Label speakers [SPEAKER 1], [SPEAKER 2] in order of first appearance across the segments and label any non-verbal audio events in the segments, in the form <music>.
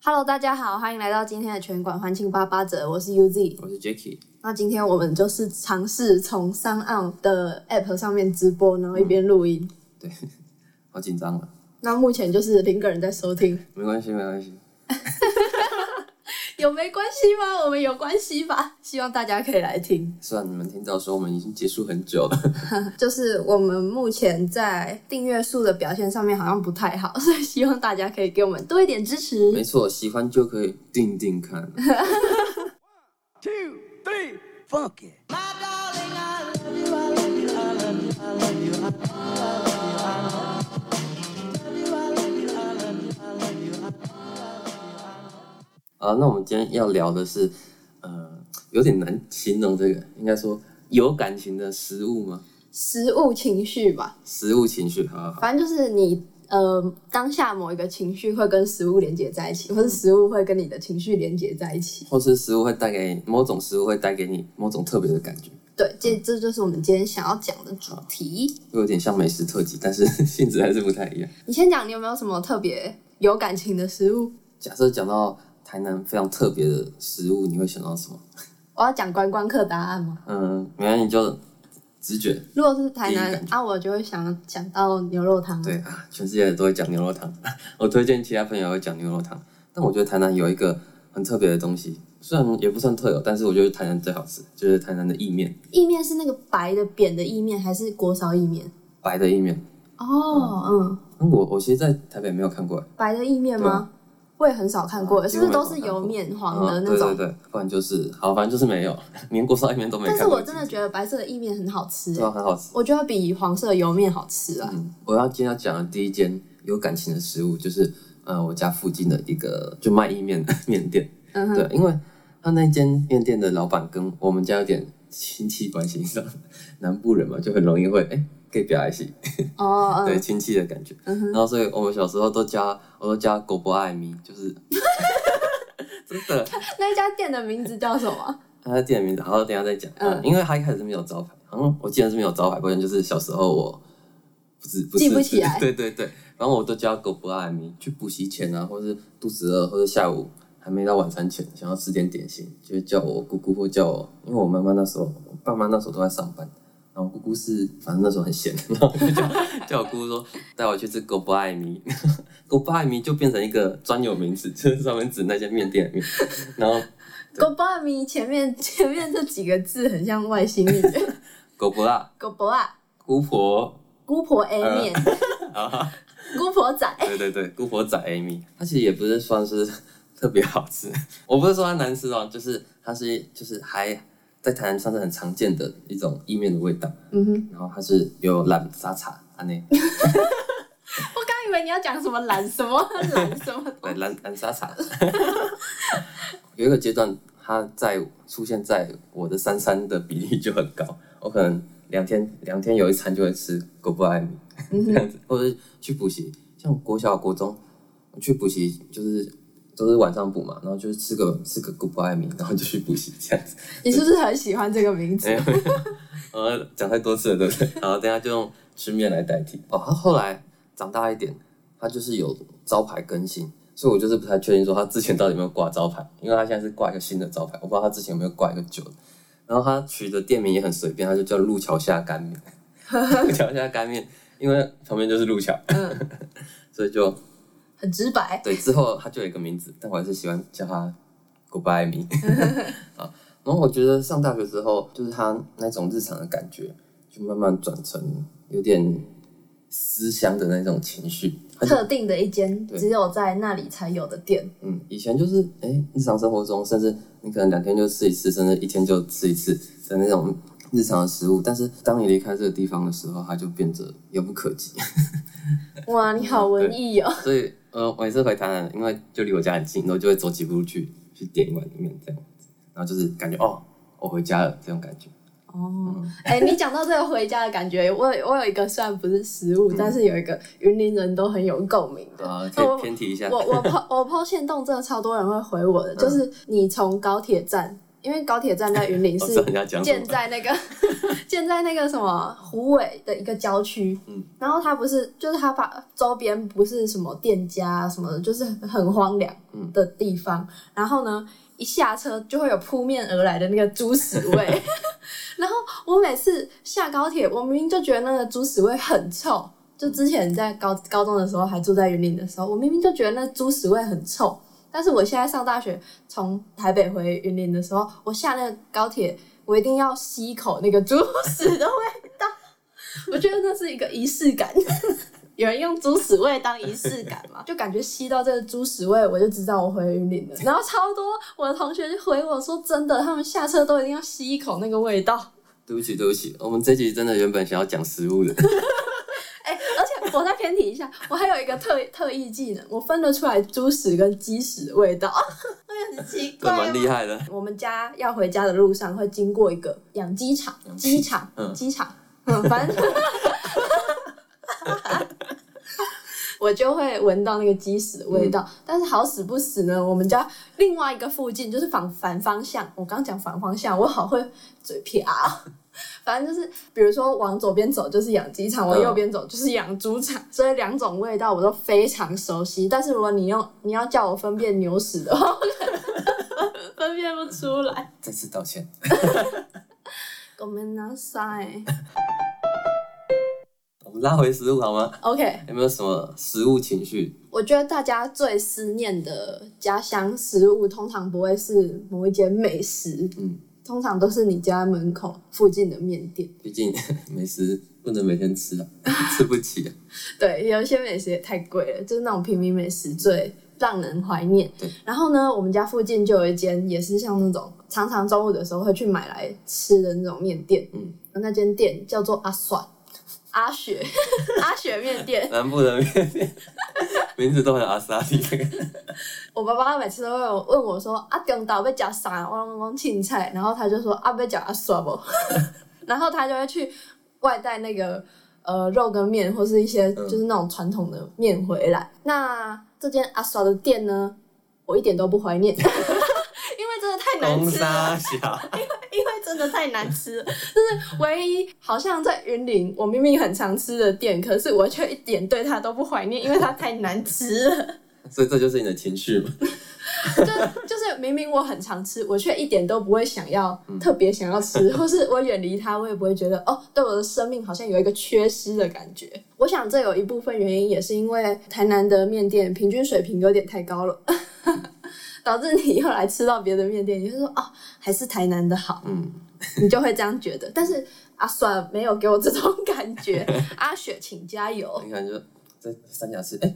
[SPEAKER 1] Hello，大家好，欢迎来到今天的拳馆欢庆八八折，我是 UZ。
[SPEAKER 2] 我是 Jacky，
[SPEAKER 1] 那今天我们就是尝试从上岸的 App 上面直播，然后一边录音。
[SPEAKER 2] 好紧张了，
[SPEAKER 1] 那目前就是零个人在收听，
[SPEAKER 2] 没关系，没关系，
[SPEAKER 1] 有没关系吗？我们有关系吧？希望大家可以来听。
[SPEAKER 2] 虽然你们听到说我们已经结束很久了，
[SPEAKER 1] 就是我们目前在订阅数的表现上面好像不太好，所以希望大家可以给我们多一点支持。
[SPEAKER 2] 没错，喜欢就可以定定看。
[SPEAKER 3] two, three, funk it.
[SPEAKER 2] 啊，那我们今天要聊的是，呃，有点难形容这个，应该说有感情的食物吗？
[SPEAKER 1] 食物情绪吧，
[SPEAKER 2] 食物情绪，好好好，
[SPEAKER 1] 反正就是你呃当下某一个情绪会跟食物连接在一起，或是食物会跟你的情绪连接在一起。
[SPEAKER 2] 或是食物会带给某种食物会带给你某种特别的感觉，
[SPEAKER 1] 对，这
[SPEAKER 2] 嗯
[SPEAKER 1] 这就是我们今天想要讲的主题。
[SPEAKER 2] 又有点像美食特辑，但是 <laughs> 性质还是不太一样。
[SPEAKER 1] 你先讲，你有没有什么特别有感情的食物？
[SPEAKER 2] 假设讲到台南非常特别的食物，你会想到什么？
[SPEAKER 1] 我要讲观光客答案吗？
[SPEAKER 2] 嗯，没关系，就直觉。
[SPEAKER 1] 如果是台南
[SPEAKER 2] 第一感觉
[SPEAKER 1] 啊，我就会想想到牛肉汤。
[SPEAKER 2] 对啊，全世界人都会讲牛肉汤， <laughs> 我推荐其他朋友会讲牛肉汤。但我觉得台南有一个很特别的东西，虽然也不算特有，但是我觉得台南最好吃，就是台南的意面，
[SPEAKER 1] 意面是那个白的扁的意面，还是锅烧意面？
[SPEAKER 2] 白的意面。
[SPEAKER 1] 哦，嗯，
[SPEAKER 2] 嗯、我我其实，在台北没有看过，
[SPEAKER 1] 白的意面
[SPEAKER 2] 对
[SPEAKER 1] 吗
[SPEAKER 2] 啊？
[SPEAKER 1] 我也很少看过，
[SPEAKER 2] 啊
[SPEAKER 1] 是不是都是
[SPEAKER 2] 几乎没
[SPEAKER 1] 油
[SPEAKER 2] 有看过
[SPEAKER 1] 面黄的
[SPEAKER 2] 嗯，
[SPEAKER 1] 那
[SPEAKER 2] 对
[SPEAKER 1] 种？
[SPEAKER 2] 对对，不然就是好，反正就是没有， <laughs> 连锅烧意面都没
[SPEAKER 1] 但
[SPEAKER 2] 看
[SPEAKER 1] 是
[SPEAKER 2] 过。
[SPEAKER 1] 我真的觉得白色的意面很好吃、
[SPEAKER 2] 对
[SPEAKER 1] 欸，
[SPEAKER 2] 啊，很好吃。
[SPEAKER 1] 我觉得比黄色的油面好吃啊。
[SPEAKER 2] 嗯，我要今天要讲的第一间有感情的食物，就是呃我家附近的一个就卖意面的 <laughs> 面店。
[SPEAKER 1] 嗯哼，
[SPEAKER 2] 对，因为他那间面店的老板跟我们家有点亲戚关系，你知道，南部人嘛，就很容易会哎给表爱系，
[SPEAKER 1] 哦，
[SPEAKER 2] 对
[SPEAKER 1] 嗯，
[SPEAKER 2] 亲戚的感觉。
[SPEAKER 1] 嗯哼
[SPEAKER 2] 然后所以我们小时候都加，我都加狗不爱咪，就是 <laughs> 真的，
[SPEAKER 1] 那一家店的名字叫什 <laughs> 么？
[SPEAKER 2] 他的店名字，好，等一下再讲。
[SPEAKER 1] 嗯
[SPEAKER 2] 嗯，因为他一开始是没有招牌，好像我记得是没有招牌，不然就是小时候我不是不是
[SPEAKER 1] 记不起来
[SPEAKER 2] <laughs> 对对对，然后我都叫狗不爱米，去补习前啊，或是肚子饿，或者下午还没到晚餐前，想要吃点点心，就叫我姑姑或叫我，因为我妈妈那时候，我爸妈那时候都在上班。然后我姑姑是，反正那时候很闲， <laughs> 然后我就叫叫我姑姑说带我去吃狗不爱米， <laughs> 狗不爱米就变成一个专有名词，就是专门指那些面店里面。然后
[SPEAKER 1] g o b a m i 前面前面这几个字很像外星 <laughs> 语
[SPEAKER 2] 狗不辣
[SPEAKER 1] g o b a
[SPEAKER 2] 姑婆 <laughs>
[SPEAKER 1] 姑婆 A 面，姑婆仔。
[SPEAKER 2] 啊
[SPEAKER 1] <laughs>
[SPEAKER 2] 对对对，姑婆仔 Amy，它其实也不是算是 <laughs> 特别好吃，我不是说它难吃哦，就是它是就是还在台南算是很常见的一种意面的味道，
[SPEAKER 1] 嗯哼，
[SPEAKER 2] 然后它是有染沙茶啊那，
[SPEAKER 1] 我刚以为你要讲什么懒什 <laughs> 么懒什么，
[SPEAKER 2] 对染染沙茶，有一个阶段它在出现在我的三餐的比例就很高，我可能两天两天有一餐就会吃狗不爱米，这样子， <laughs> 或者是去补习，像国小、国中我去补习，就是都是晚上补嘛，然后就是吃个吃个 good bye 米，然后就去补习这样子。
[SPEAKER 1] 你是不是很喜欢这个名字
[SPEAKER 2] 没？有没有，呃，讲太多次了，对不对？然后等一下就用吃面来代替。哦，他后来长大一点，他就是有招牌更新，所以我就是不太确定说他之前到底有没有挂招牌，因为他现在是挂一个新的招牌，我不知道他之前有没有挂一个旧的。然后他取的店名也很随便，他就叫路桥下干面，路桥下干面，因为旁边就是路桥，
[SPEAKER 1] 嗯，
[SPEAKER 2] <laughs> 所以就
[SPEAKER 1] <laughs> 很直白。
[SPEAKER 2] 对，之后他就有一个名字，但我还是喜欢叫他 Goodbye Me。好，然后我觉得上大学之后，就是他那种日常的感觉，就慢慢转成有点思乡的那种情绪。他就
[SPEAKER 1] 特定的一间，
[SPEAKER 2] 对
[SPEAKER 1] 只有在那里才有的店，
[SPEAKER 2] 嗯，以前就是哎、诶日常生活中，甚至你可能两天就吃一次，甚至一天就吃一次的那种日常的食物，但是当你离开这个地方的时候，它就变得遥不可及。
[SPEAKER 1] 哇，你好文艺哦！
[SPEAKER 2] 所以，呃，我每次回台南，因为就离我家很近，然后就会走几步路去去点一碗面这样子，然后就是感觉哦，我回家了这种感觉。
[SPEAKER 1] 哦，哎、你讲到这个回家的感觉，我有我有一个虽然不是食物，但是有一个云林人都很有共鸣的。
[SPEAKER 2] 啊，
[SPEAKER 1] 那
[SPEAKER 2] 可
[SPEAKER 1] 我
[SPEAKER 2] 以偏题一下
[SPEAKER 1] 我，我抛我抛线洞真的超多人会回我的，就是你从高铁站因为高铁站在云林
[SPEAKER 2] 我
[SPEAKER 1] 是
[SPEAKER 2] 知道你要讲什么
[SPEAKER 1] 建在那个 <laughs> 建在那个什么虎尾的一个郊区，
[SPEAKER 2] 嗯
[SPEAKER 1] 然后它不是就是它把周边不是什么店家啊什么的，就是很荒凉
[SPEAKER 2] 嗯
[SPEAKER 1] 的地方，然后呢一下车就会有扑面而来的那个猪屎
[SPEAKER 2] <laughs>
[SPEAKER 1] 味，然后我每次下高铁，我明明就觉得那个猪屎味很臭。就之前在高高中的时候，还住在云林的时候，我明明就觉得那猪屎味很臭，但是我现在上大学，从台北回云林的时候，我下那个高铁，我一定要吸一口那个猪屎的味道。 <laughs> 我觉得那是一个仪式感。 <laughs> 有人用猪屎味当仪式感嘛？就感觉吸到这个猪屎味，我就知道我回云林了。然后超多我的同学就回我说，真的，他们下车都一定要吸一口那个味道。 <laughs>
[SPEAKER 2] 对不起，对不起，我们这集真的原本想要讲食物的，
[SPEAKER 1] 哎、而且我再偏题一下，我还有一个特 <laughs> 特异技能，我分得出来猪屎跟鸡屎的味道， <laughs> 那个很奇
[SPEAKER 2] 这
[SPEAKER 1] 怪、
[SPEAKER 2] 蛮厉害的。
[SPEAKER 1] 我们家要回家的路上会经过一个养鸡场，
[SPEAKER 2] 养鸡
[SPEAKER 1] 鸡场
[SPEAKER 2] 嗯，
[SPEAKER 1] 鸡场， <laughs> 嗯，反正 <laughs> 我就会闻到那个鸡屎的味道。
[SPEAKER 2] 嗯
[SPEAKER 1] 但是好死不死呢，我们家另外一个附近就是反反方向，我刚讲反方向，我好会嘴瓢。反正就是，比如说往左边走就是养鸡场，往
[SPEAKER 2] 嗯
[SPEAKER 1] 右边走就是养猪场，所以两种味道我都非常熟悉。但是如果你用你要叫我分辨牛屎的话，我 <laughs> 可能分辨不出来。
[SPEAKER 2] 再次道歉。
[SPEAKER 1] 我们拿塞
[SPEAKER 2] 我们拉回食物好吗？
[SPEAKER 1] ，OK，
[SPEAKER 2] 有没有什么食物情绪？
[SPEAKER 1] 我觉得大家最思念的家乡食物，通常不会是某一间美食，
[SPEAKER 2] 嗯，
[SPEAKER 1] 通常都是你家门口附近的面店。
[SPEAKER 2] 毕竟美食不能每天吃啊，吃不起、啊。
[SPEAKER 1] <laughs> 对，有一些美食也太贵了，就是那种平民美食最让人怀念
[SPEAKER 2] 对。
[SPEAKER 1] 然后呢，我们家附近就有一间也是像那种常常中午的时候会去买来吃的那种面店，
[SPEAKER 2] 嗯，
[SPEAKER 1] 那间店叫做阿蒜。阿雪， <laughs> 阿雪面店，
[SPEAKER 2] 南部的面店名字都很阿萨利。
[SPEAKER 1] 我爸爸每次都会有问我说：“啊，中岛要吃啥？”我拢讲青菜，然后他就说：“啊，要吃阿蒜不？” <laughs> 然后他就会去外带那个呃肉跟面，或是一些
[SPEAKER 2] 嗯
[SPEAKER 1] 就是那种传统的面回来。那这间阿蒜的店呢，我一点都不怀念， <laughs> 因为真的太难
[SPEAKER 2] 红
[SPEAKER 1] 吃了。
[SPEAKER 2] 沙小，
[SPEAKER 1] 因为真的太难吃了，就是唯一好像在云林，我明明很常吃的店，可是我却一点对它都不怀念，因为它太难吃了。
[SPEAKER 2] 所以这就是你的情绪嘛？
[SPEAKER 1] <laughs> 就就是明明我很常吃，我却一点都不会想要、特别想要吃， <laughs> 或是我远离它，我也不会觉得哦，对我的生命好像有一个缺失的感觉。我想这有一部分原因也是因为台南的面店平均水平有点太高了。 <laughs> 导致你又来吃到别的面店，你就说哦，还是台南的好，
[SPEAKER 2] 嗯，
[SPEAKER 1] 你就会这样觉得。但是阿算没有给我这种感觉，阿雪请加油，
[SPEAKER 2] 你看就在三峡吃，哎、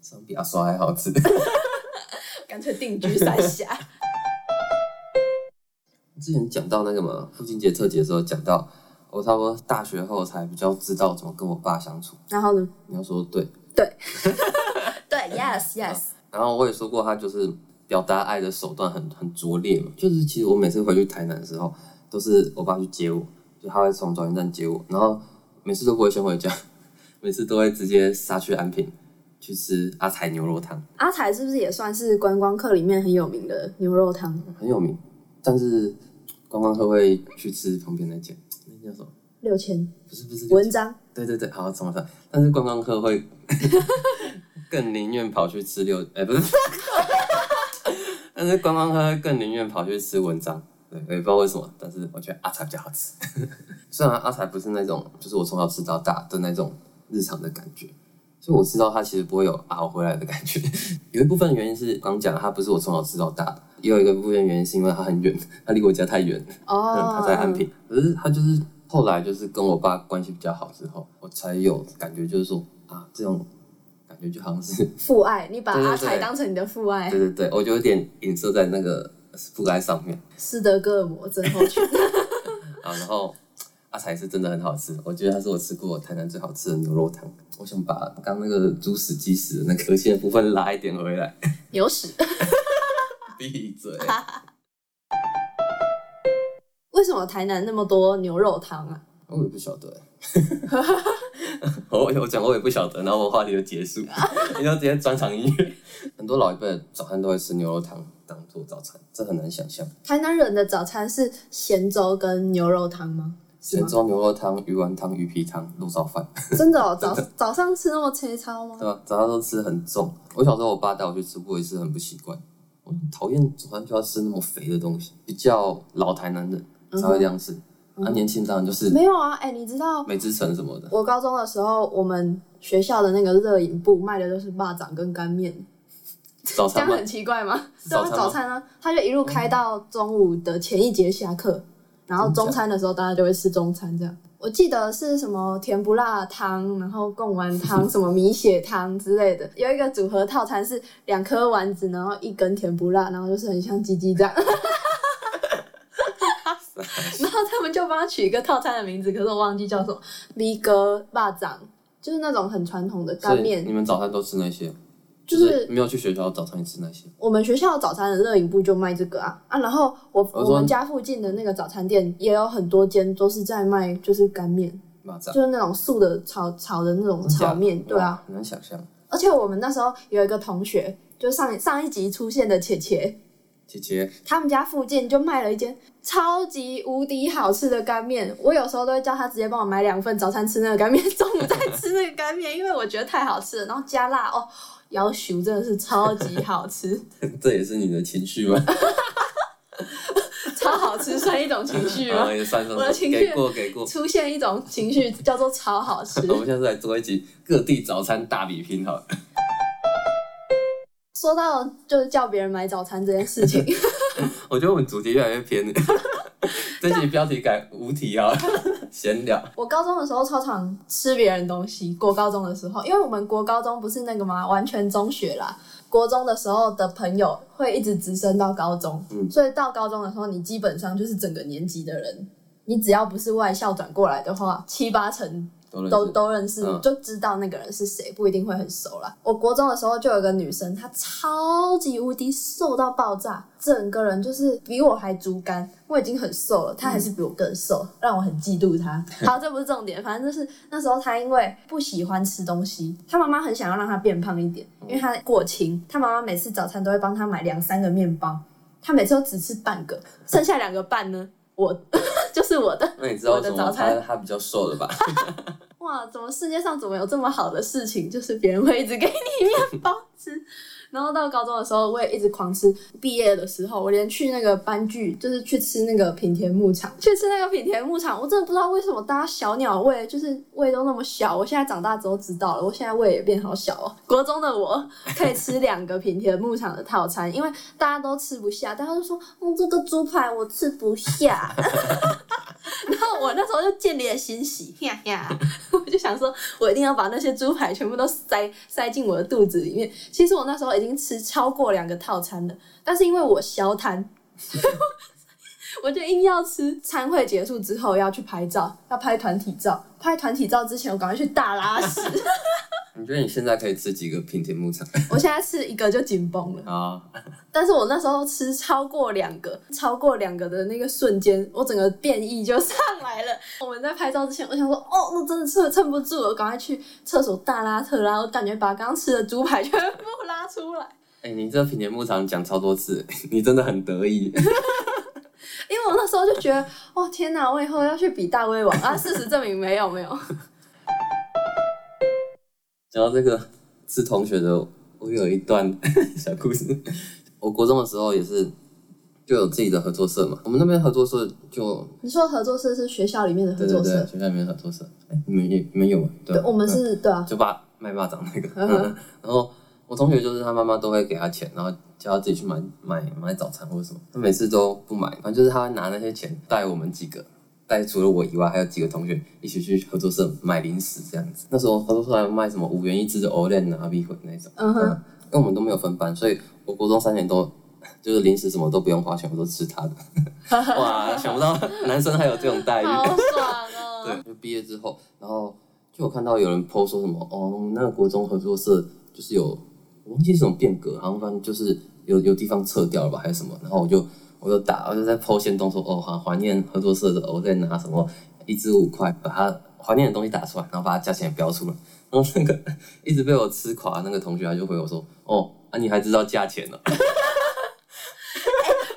[SPEAKER 2] 怎么比阿刷还好吃？ <laughs>
[SPEAKER 1] 干脆定居三峡。
[SPEAKER 2] 之前讲到那个嘛，父亲节特辑的时候讲到，我差不多大学后才比较知道怎么跟我爸相处。
[SPEAKER 1] 然后呢？
[SPEAKER 2] 你要说对，
[SPEAKER 1] 对，yes yes，
[SPEAKER 2] 然后我也说过，他就是表达爱的手段很很拙劣嘛。就是其实我每次回去台南的时候，都是我爸去接我，就他会从转运站接我，然后每次都不会先回家， <laughs> 每次都会直接杀去安平去吃阿财牛肉汤，
[SPEAKER 1] 阿才是不是也算是观光客里面很有名的牛肉汤？
[SPEAKER 2] 很有名。但是观光客会去吃旁边那间，那叫什么？
[SPEAKER 1] 六千
[SPEAKER 2] 不是不是，
[SPEAKER 1] 文章
[SPEAKER 2] 对对对，好，怎么算？但是观光客会更宁愿跑去吃六，哎、不是， <laughs> 但是观光客会更宁愿跑去吃文章。对，我也不知道为什么，但是我觉得阿才比较好吃。 <laughs> 虽然阿才不是那种，就是我从小吃到大的那种日常的感觉，所以我知道它其实不会有啊我回来的感觉。 <laughs> 有一部分原因是刚讲的它不是我从小吃到大的，也有一个部分原因是因为它很远，它离我家太远了。嗯，
[SPEAKER 1] 哦，
[SPEAKER 2] 他在安平，可是他就是后来就是跟我爸关系比较好之后，我才有感觉，就是说啊，这种感觉就好像是， <laughs>
[SPEAKER 1] 父爱，你把
[SPEAKER 2] 对对
[SPEAKER 1] 阿才
[SPEAKER 2] 对
[SPEAKER 1] 当成你的父爱
[SPEAKER 2] 对，对对，我就有点影射在那个覆盖上面
[SPEAKER 1] 斯德哥尔摩症候
[SPEAKER 2] <laughs>
[SPEAKER 1] 群。
[SPEAKER 2] 啊。然后阿才是真的很好吃，我觉得它是我吃过台南最好吃的牛肉汤。我想把刚那个猪屎鸡屎的那个核 <laughs> 心的部分拉一点回来， <laughs>
[SPEAKER 1] 牛屎，
[SPEAKER 2] 闭嘴。
[SPEAKER 1] 为什么台南那么多牛肉汤啊？
[SPEAKER 2] 我也不晓得、 <laughs> <laughs> 欸。我我讲我也不晓得，然后我话题就结束，你就直接转场音乐。很多老一辈的早餐都会吃牛肉汤当做早餐，这很难想象。
[SPEAKER 1] 台南人的早餐是咸粥跟牛肉汤吗？是
[SPEAKER 2] 咸
[SPEAKER 1] 吗？
[SPEAKER 2] 粥、牛肉汤、鱼丸汤、鱼皮汤、肉燥饭，
[SPEAKER 1] 真的哦，早早上吃那么切操吗
[SPEAKER 2] 对？吧？早上都吃很重。我小时候我爸带我去吃过一次，很不习惯。我讨厌早餐就要吃那么肥的东西，比较老台南
[SPEAKER 1] 嗯
[SPEAKER 2] 人才会这样吃。啊，年轻当然就是
[SPEAKER 1] 没有啊，哎、你知道
[SPEAKER 2] 美之城什么的，
[SPEAKER 1] 我高中的时候，我们学校的那个热饮部卖的都是蚂蚱跟干面，
[SPEAKER 2] 早
[SPEAKER 1] 这
[SPEAKER 2] 餐
[SPEAKER 1] 样
[SPEAKER 2] 嘛
[SPEAKER 1] 很，奇怪吗？对啊，
[SPEAKER 2] 早餐吗
[SPEAKER 1] 早餐啊，他就一路开到中午的前一节下课，然后中餐的时候大家就会吃中餐这样。我记得是什么甜不辣汤，然后贡丸汤、什么米血汤之类的， <laughs> 有一个组合套餐是两颗丸子，然后一根甜不辣，然后就是很像鸡鸡
[SPEAKER 2] <laughs>
[SPEAKER 1] 这样。然后他们就帮他取一个套餐的名字，可是我忘记叫什么，米格霸掌，就是那种很传统的干
[SPEAKER 2] 所以你
[SPEAKER 1] 面。
[SPEAKER 2] 们早餐都吃那些，
[SPEAKER 1] 就是
[SPEAKER 2] 没有去学校早餐也吃那些。
[SPEAKER 1] 我们学校早餐的热饮部就卖这个啊啊，然后我
[SPEAKER 2] 我
[SPEAKER 1] 我
[SPEAKER 2] 说
[SPEAKER 1] 们家附近的那个早餐店也有很多间都是在卖，就是干面，
[SPEAKER 2] 蚂蚱
[SPEAKER 1] 就是那种素的炒炒的那种炒面，对啊，，
[SPEAKER 2] 嗯哇很难想象。
[SPEAKER 1] 而且我们那时候有一个同学，就上上一集出现的姐姐，
[SPEAKER 2] 姐姐， <laughs>
[SPEAKER 1] 他们家附近就卖了一间超级无敌好吃的干面，我有时候都会叫他直接帮我买两份，早餐吃那个干面，中午再吃那个干面，因为我觉得太好吃了，然后加辣哦，要求真的是超级好吃。
[SPEAKER 2] 这也是你的情绪吗？
[SPEAKER 1] <laughs> 超好吃算一种情
[SPEAKER 2] <laughs>
[SPEAKER 1] 绪吗
[SPEAKER 2] 啊，？也算算
[SPEAKER 1] 我的
[SPEAKER 2] 算，
[SPEAKER 1] 情绪
[SPEAKER 2] 给过给过。
[SPEAKER 1] 出现一种情绪叫做超好吃。
[SPEAKER 2] 我们下次来做一集各地早餐大比拼好了。
[SPEAKER 1] 说到就是叫别人买早餐这件事情， <laughs>
[SPEAKER 2] 我觉得我们主题越来越偏了， <laughs> 这集标题改无题啊， <laughs> 闲聊。
[SPEAKER 1] 我高中的时候超常吃别人东西。国高中的时候，因为我们国高中不是那个嘛，完全中学啦。国中的时候的朋友会一直直升到高中，
[SPEAKER 2] 嗯
[SPEAKER 1] 所以到高中的时候，你基本上就是整个年级的人。你只要不是外校转过来的话，七八成
[SPEAKER 2] 都认识
[SPEAKER 1] 都都认识，
[SPEAKER 2] 嗯
[SPEAKER 1] 就知道那个人是谁，不一定会很熟啦。我国中的时候就有一个女生，她超级无敌瘦到爆炸，整个人就是比我还竹竿，我已经很瘦了，她还是比我更瘦，让我很嫉妒
[SPEAKER 2] <laughs>
[SPEAKER 1] 她。好，这不是重点，反正就是那时候她因为不喜欢吃东西，她妈妈很想要让她变胖一点，
[SPEAKER 2] 嗯
[SPEAKER 1] 因为她过轻，她妈妈每次早餐都会帮她买两三个面包，她每次都只吃半个，剩下两个半呢，我 <laughs> 就是我的。
[SPEAKER 2] 那你知道
[SPEAKER 1] 我
[SPEAKER 2] 为
[SPEAKER 1] 的
[SPEAKER 2] 什么
[SPEAKER 1] 早餐
[SPEAKER 2] 他他比较瘦了吧？ <laughs>
[SPEAKER 1] 哇，怎么世界上怎么有这么好的事情？就是别人会一直给你面包吃。然后到高中的时候，我也一直狂吃。毕业的时候，我连去那个班剧，就是去吃那个品田牧场，去吃那个品田牧场，我真的不知道为什么大家小鸟胃就是胃都那么小。我现在长大之后知道了，我现在胃也变好小哦。国中的我可以吃两个品田牧场的套餐，因为大家都吃不下，大家都说，嗯，这个猪排我吃不下。 <laughs> 然后我那时候就建立了欣喜， <laughs> 呀呀，我就想说，我一定要把那些猪排全部都塞塞进我的肚子里面。其实我那时候已经吃超过两个套餐了，但是因为我消贪， <laughs> 我就硬要吃。餐会结束之后要去拍照，要拍团体照。拍团体照之前，我赶快去大拉屎。
[SPEAKER 2] 你觉得你现在可以吃几个平田牧场 <laughs>
[SPEAKER 1] 我现在吃一个就紧绷了。
[SPEAKER 2] 啊？
[SPEAKER 1] 但是我那时候吃超过两个，超过两个的那个瞬间，我整个变异就上来了。 <laughs> 我们在拍照之前，我想说，哦，那真的撑撑不住了，赶快去厕所大拉特拉，我感觉把刚吃的猪排全部拉出来，
[SPEAKER 2] 哎、你这平田牧场讲超多次， <laughs> 你真的很得意。
[SPEAKER 1] 因为我那时候就觉得，哦天哪，我以后要去比大胃王 <laughs> 啊！事实证明没有没有，
[SPEAKER 2] 讲到这个是同学的，我有一段 <laughs> 小故事。我国中的时候也是就有自己的合作社嘛，我们那边合作社就
[SPEAKER 1] 你说合作社是学校里面的合
[SPEAKER 2] 对
[SPEAKER 1] 作
[SPEAKER 2] 对
[SPEAKER 1] 社，
[SPEAKER 2] 对，学校里面的合作社，哎、你们也你们有吗？对啊
[SPEAKER 1] 对我们
[SPEAKER 2] 嗯
[SPEAKER 1] 是对啊，
[SPEAKER 2] 就把卖蚂蚱那个。
[SPEAKER 1] 嗯哼
[SPEAKER 2] <laughs> 然后我同学就是他妈妈都会给他钱，然后叫他自己去买买买早餐或者什么，他每次都不买，反正就是他拿那些钱带我们几个。带除了我以外，还有几个同学一起去合作社买零食这样子。那时候合作社还卖什么五元一支的 Olen 啊、米粉那种。
[SPEAKER 1] 嗯哼
[SPEAKER 2] 因为我们都没有分班，所以我国中三年都就是零食什么都不用花钱，我都吃他的。 <laughs> 哇，想不到男生还有这种待遇。
[SPEAKER 1] 好爽哦！
[SPEAKER 2] 对，就毕业之后，然后就有看到有人 PO 说什么哦，我们那个国中合作社就是有我忘记是什么变革，好像反正就是有有地方撤掉了吧，还是什么，然后我就我就打，我就在 PO 线动说哦，怀怀念合作社的，我在拿什么一支五块，把它怀念的东西打出来，然后把它价钱也标出来，然后那个一直被我吃垮的那个同学他就回我说哦。啊，你还知道价钱 <laughs> 呢、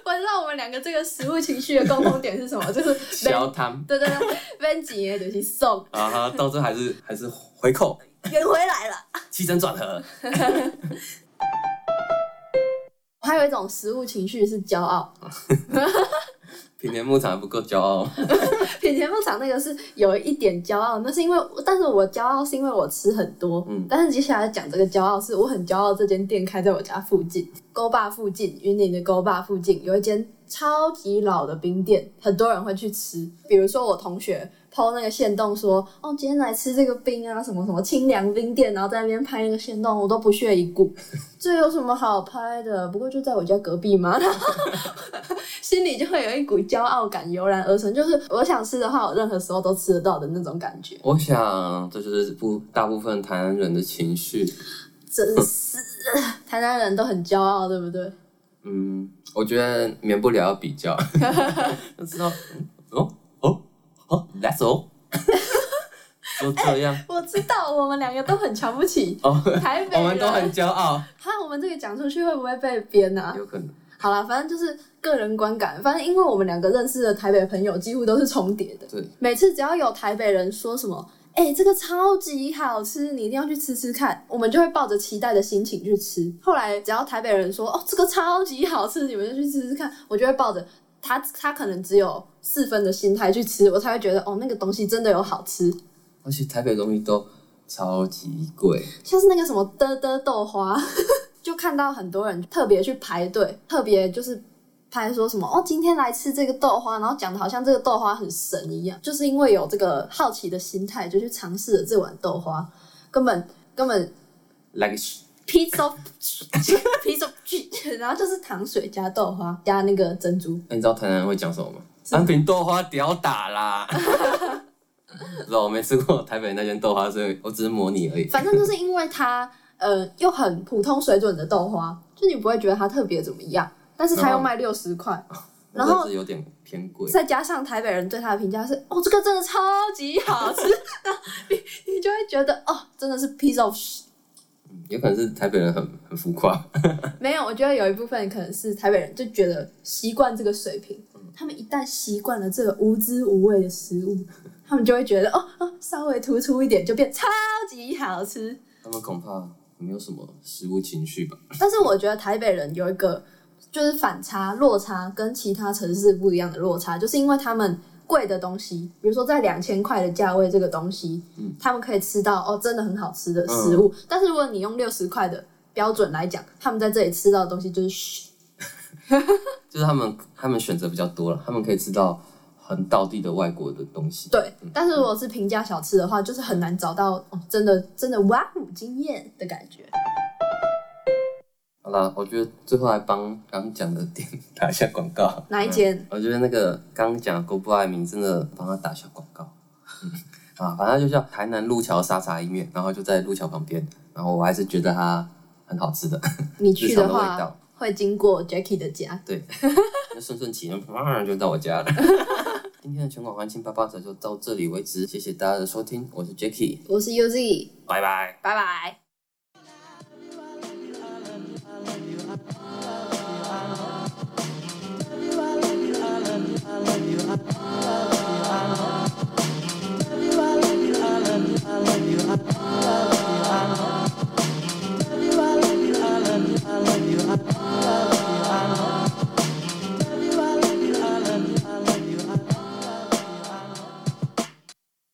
[SPEAKER 1] 我知道我们两个这个食物情绪的共同点是什么，就是被
[SPEAKER 2] 小摊
[SPEAKER 1] 对对对，分几年就是送
[SPEAKER 2] 啊哈，到最后还是还是回扣，
[SPEAKER 1] 圆回来了。
[SPEAKER 2] 起承转合。
[SPEAKER 1] 还有一种食物情绪是骄傲，
[SPEAKER 2] <laughs>
[SPEAKER 1] <laughs>
[SPEAKER 2] 平田牧场还不够骄傲，
[SPEAKER 1] 品田牧场那个是有一点骄傲，那是因为，但是我骄傲是因为我吃很多，
[SPEAKER 2] 嗯
[SPEAKER 1] 但是接下来讲这个骄傲是我很骄傲，这间店开在我家附近，沟坝附近，云林的沟坝附近有一间超级老的冰店，很多人会去吃，比如说我同学。抛那个线洞说，哦，今天来吃这个冰啊，什么什么清凉冰店，然后在那边拍那个线洞，我都不屑一顾。这有什么好拍的？不过就在我家隔壁嘛。 <laughs> 然后心里就会有一股骄傲感油然而生，就是我想吃的话，我任何时候都吃得到的那种感觉。
[SPEAKER 2] 我想这就是部大部分台湾人的情绪。
[SPEAKER 1] 真是，台南人都很骄傲，对不对？
[SPEAKER 2] 嗯，我觉得免不了要比
[SPEAKER 1] <laughs>
[SPEAKER 2] 较，就知道嗯哦哦哦，That's all，就这样、
[SPEAKER 1] 我知道，我们两个都很瞧不
[SPEAKER 2] <laughs>
[SPEAKER 1] 起
[SPEAKER 2] 哦，
[SPEAKER 1] 台北
[SPEAKER 2] 我
[SPEAKER 1] 人。
[SPEAKER 2] 们都很骄傲，
[SPEAKER 1] 哈，我们这个讲出去会不会被编啊？
[SPEAKER 2] 有可能。
[SPEAKER 1] 好啦，反正就是个人观感，反正因为我们两个认识的台北朋友几乎都是重叠的，
[SPEAKER 2] 对，
[SPEAKER 1] 每次只要有台北人说什么。哎、这个超级好吃，你一定要去吃吃看。我们就会抱着期待的心情去吃。后来只要台北人说哦，这个超级好吃，你们就去吃吃看，我就会抱着他他可能只有四分的心态去吃，我才会觉得哦，那个东西真的有好吃。
[SPEAKER 2] 而且台北东西都超级贵，
[SPEAKER 1] 像是那个什么的的豆花， <laughs> 就看到很多人特别去排队，特别就是拍说什么哦，今天来吃这个豆花，然后讲的好像这个豆花很神一样，就是因为有这个好奇的心态，就去尝试了这碗豆花，根本根本
[SPEAKER 2] like
[SPEAKER 1] piece of <laughs> piece of，然后就是糖水加豆花加那个珍珠，
[SPEAKER 2] 那你知道台南人会讲什么吗？三瓶豆花屌打啦！ <laughs> 不知道我没吃过台北那间豆花，所以我只是模拟而已。
[SPEAKER 1] 反正就是因为它呃又很普通水准的豆花，就你不会觉得它特别怎么样，但是它又卖六十块。然后
[SPEAKER 2] 真的是有点偏贵，
[SPEAKER 1] 再加上台北人对他的评价是，哦，这个真的超级好吃， <laughs> 你你就会觉得，哦，真的是 piece of shit。
[SPEAKER 2] 有可能是台北人很 <laughs> 很浮夸。
[SPEAKER 1] 没有，我觉得有一部分可能是台北人就觉得习惯这个水平，他们一旦习惯了这个无滋无味的食物，他们就会觉得，哦哦，稍微突出一点就变超级好吃。
[SPEAKER 2] 他们恐怕没有什么食物情绪吧？
[SPEAKER 1] 但是我觉得台北人有一个就是反差落差跟其他城市不一样的落差，就是因为他们贵的东西，比如说在两千块的价位这个东西，
[SPEAKER 2] 嗯
[SPEAKER 1] 他们可以吃到哦真的很好吃的食物，但是如果你用六十块的标准来讲，他们在这里吃到的东西就是嘘
[SPEAKER 2] 就是他们他们选择比较多了，他们可以吃到很道地的外国的东西。
[SPEAKER 1] 对，但是如果是平价小吃的话，就是很难找到哦真的真的哇哦惊艳的感觉。
[SPEAKER 2] 好啦，我觉得最后来帮刚讲的店 <laughs> 打一下广告。
[SPEAKER 1] 哪一间？
[SPEAKER 2] 我觉得那个刚讲的 Go 不爱民真的帮他打一下广告。嗯， <laughs> 啊，反正就叫台南路桥沙茶意面，然后就在路桥旁边，然后我还是觉得它很好吃的。
[SPEAKER 1] 你去的
[SPEAKER 2] 日常的味
[SPEAKER 1] 话
[SPEAKER 2] 道
[SPEAKER 1] 会经过 Jackie 的家，
[SPEAKER 2] 对，那顺顺骑，啪就到我家了。 <laughs> 今天的全馆欢庆八八折就到这里为止，谢谢大家的收听，我是 Jacky，
[SPEAKER 1] 我是 UZ，
[SPEAKER 2] 拜拜。
[SPEAKER 1] 拜拜。
[SPEAKER 3] I love you, I love you, I love you.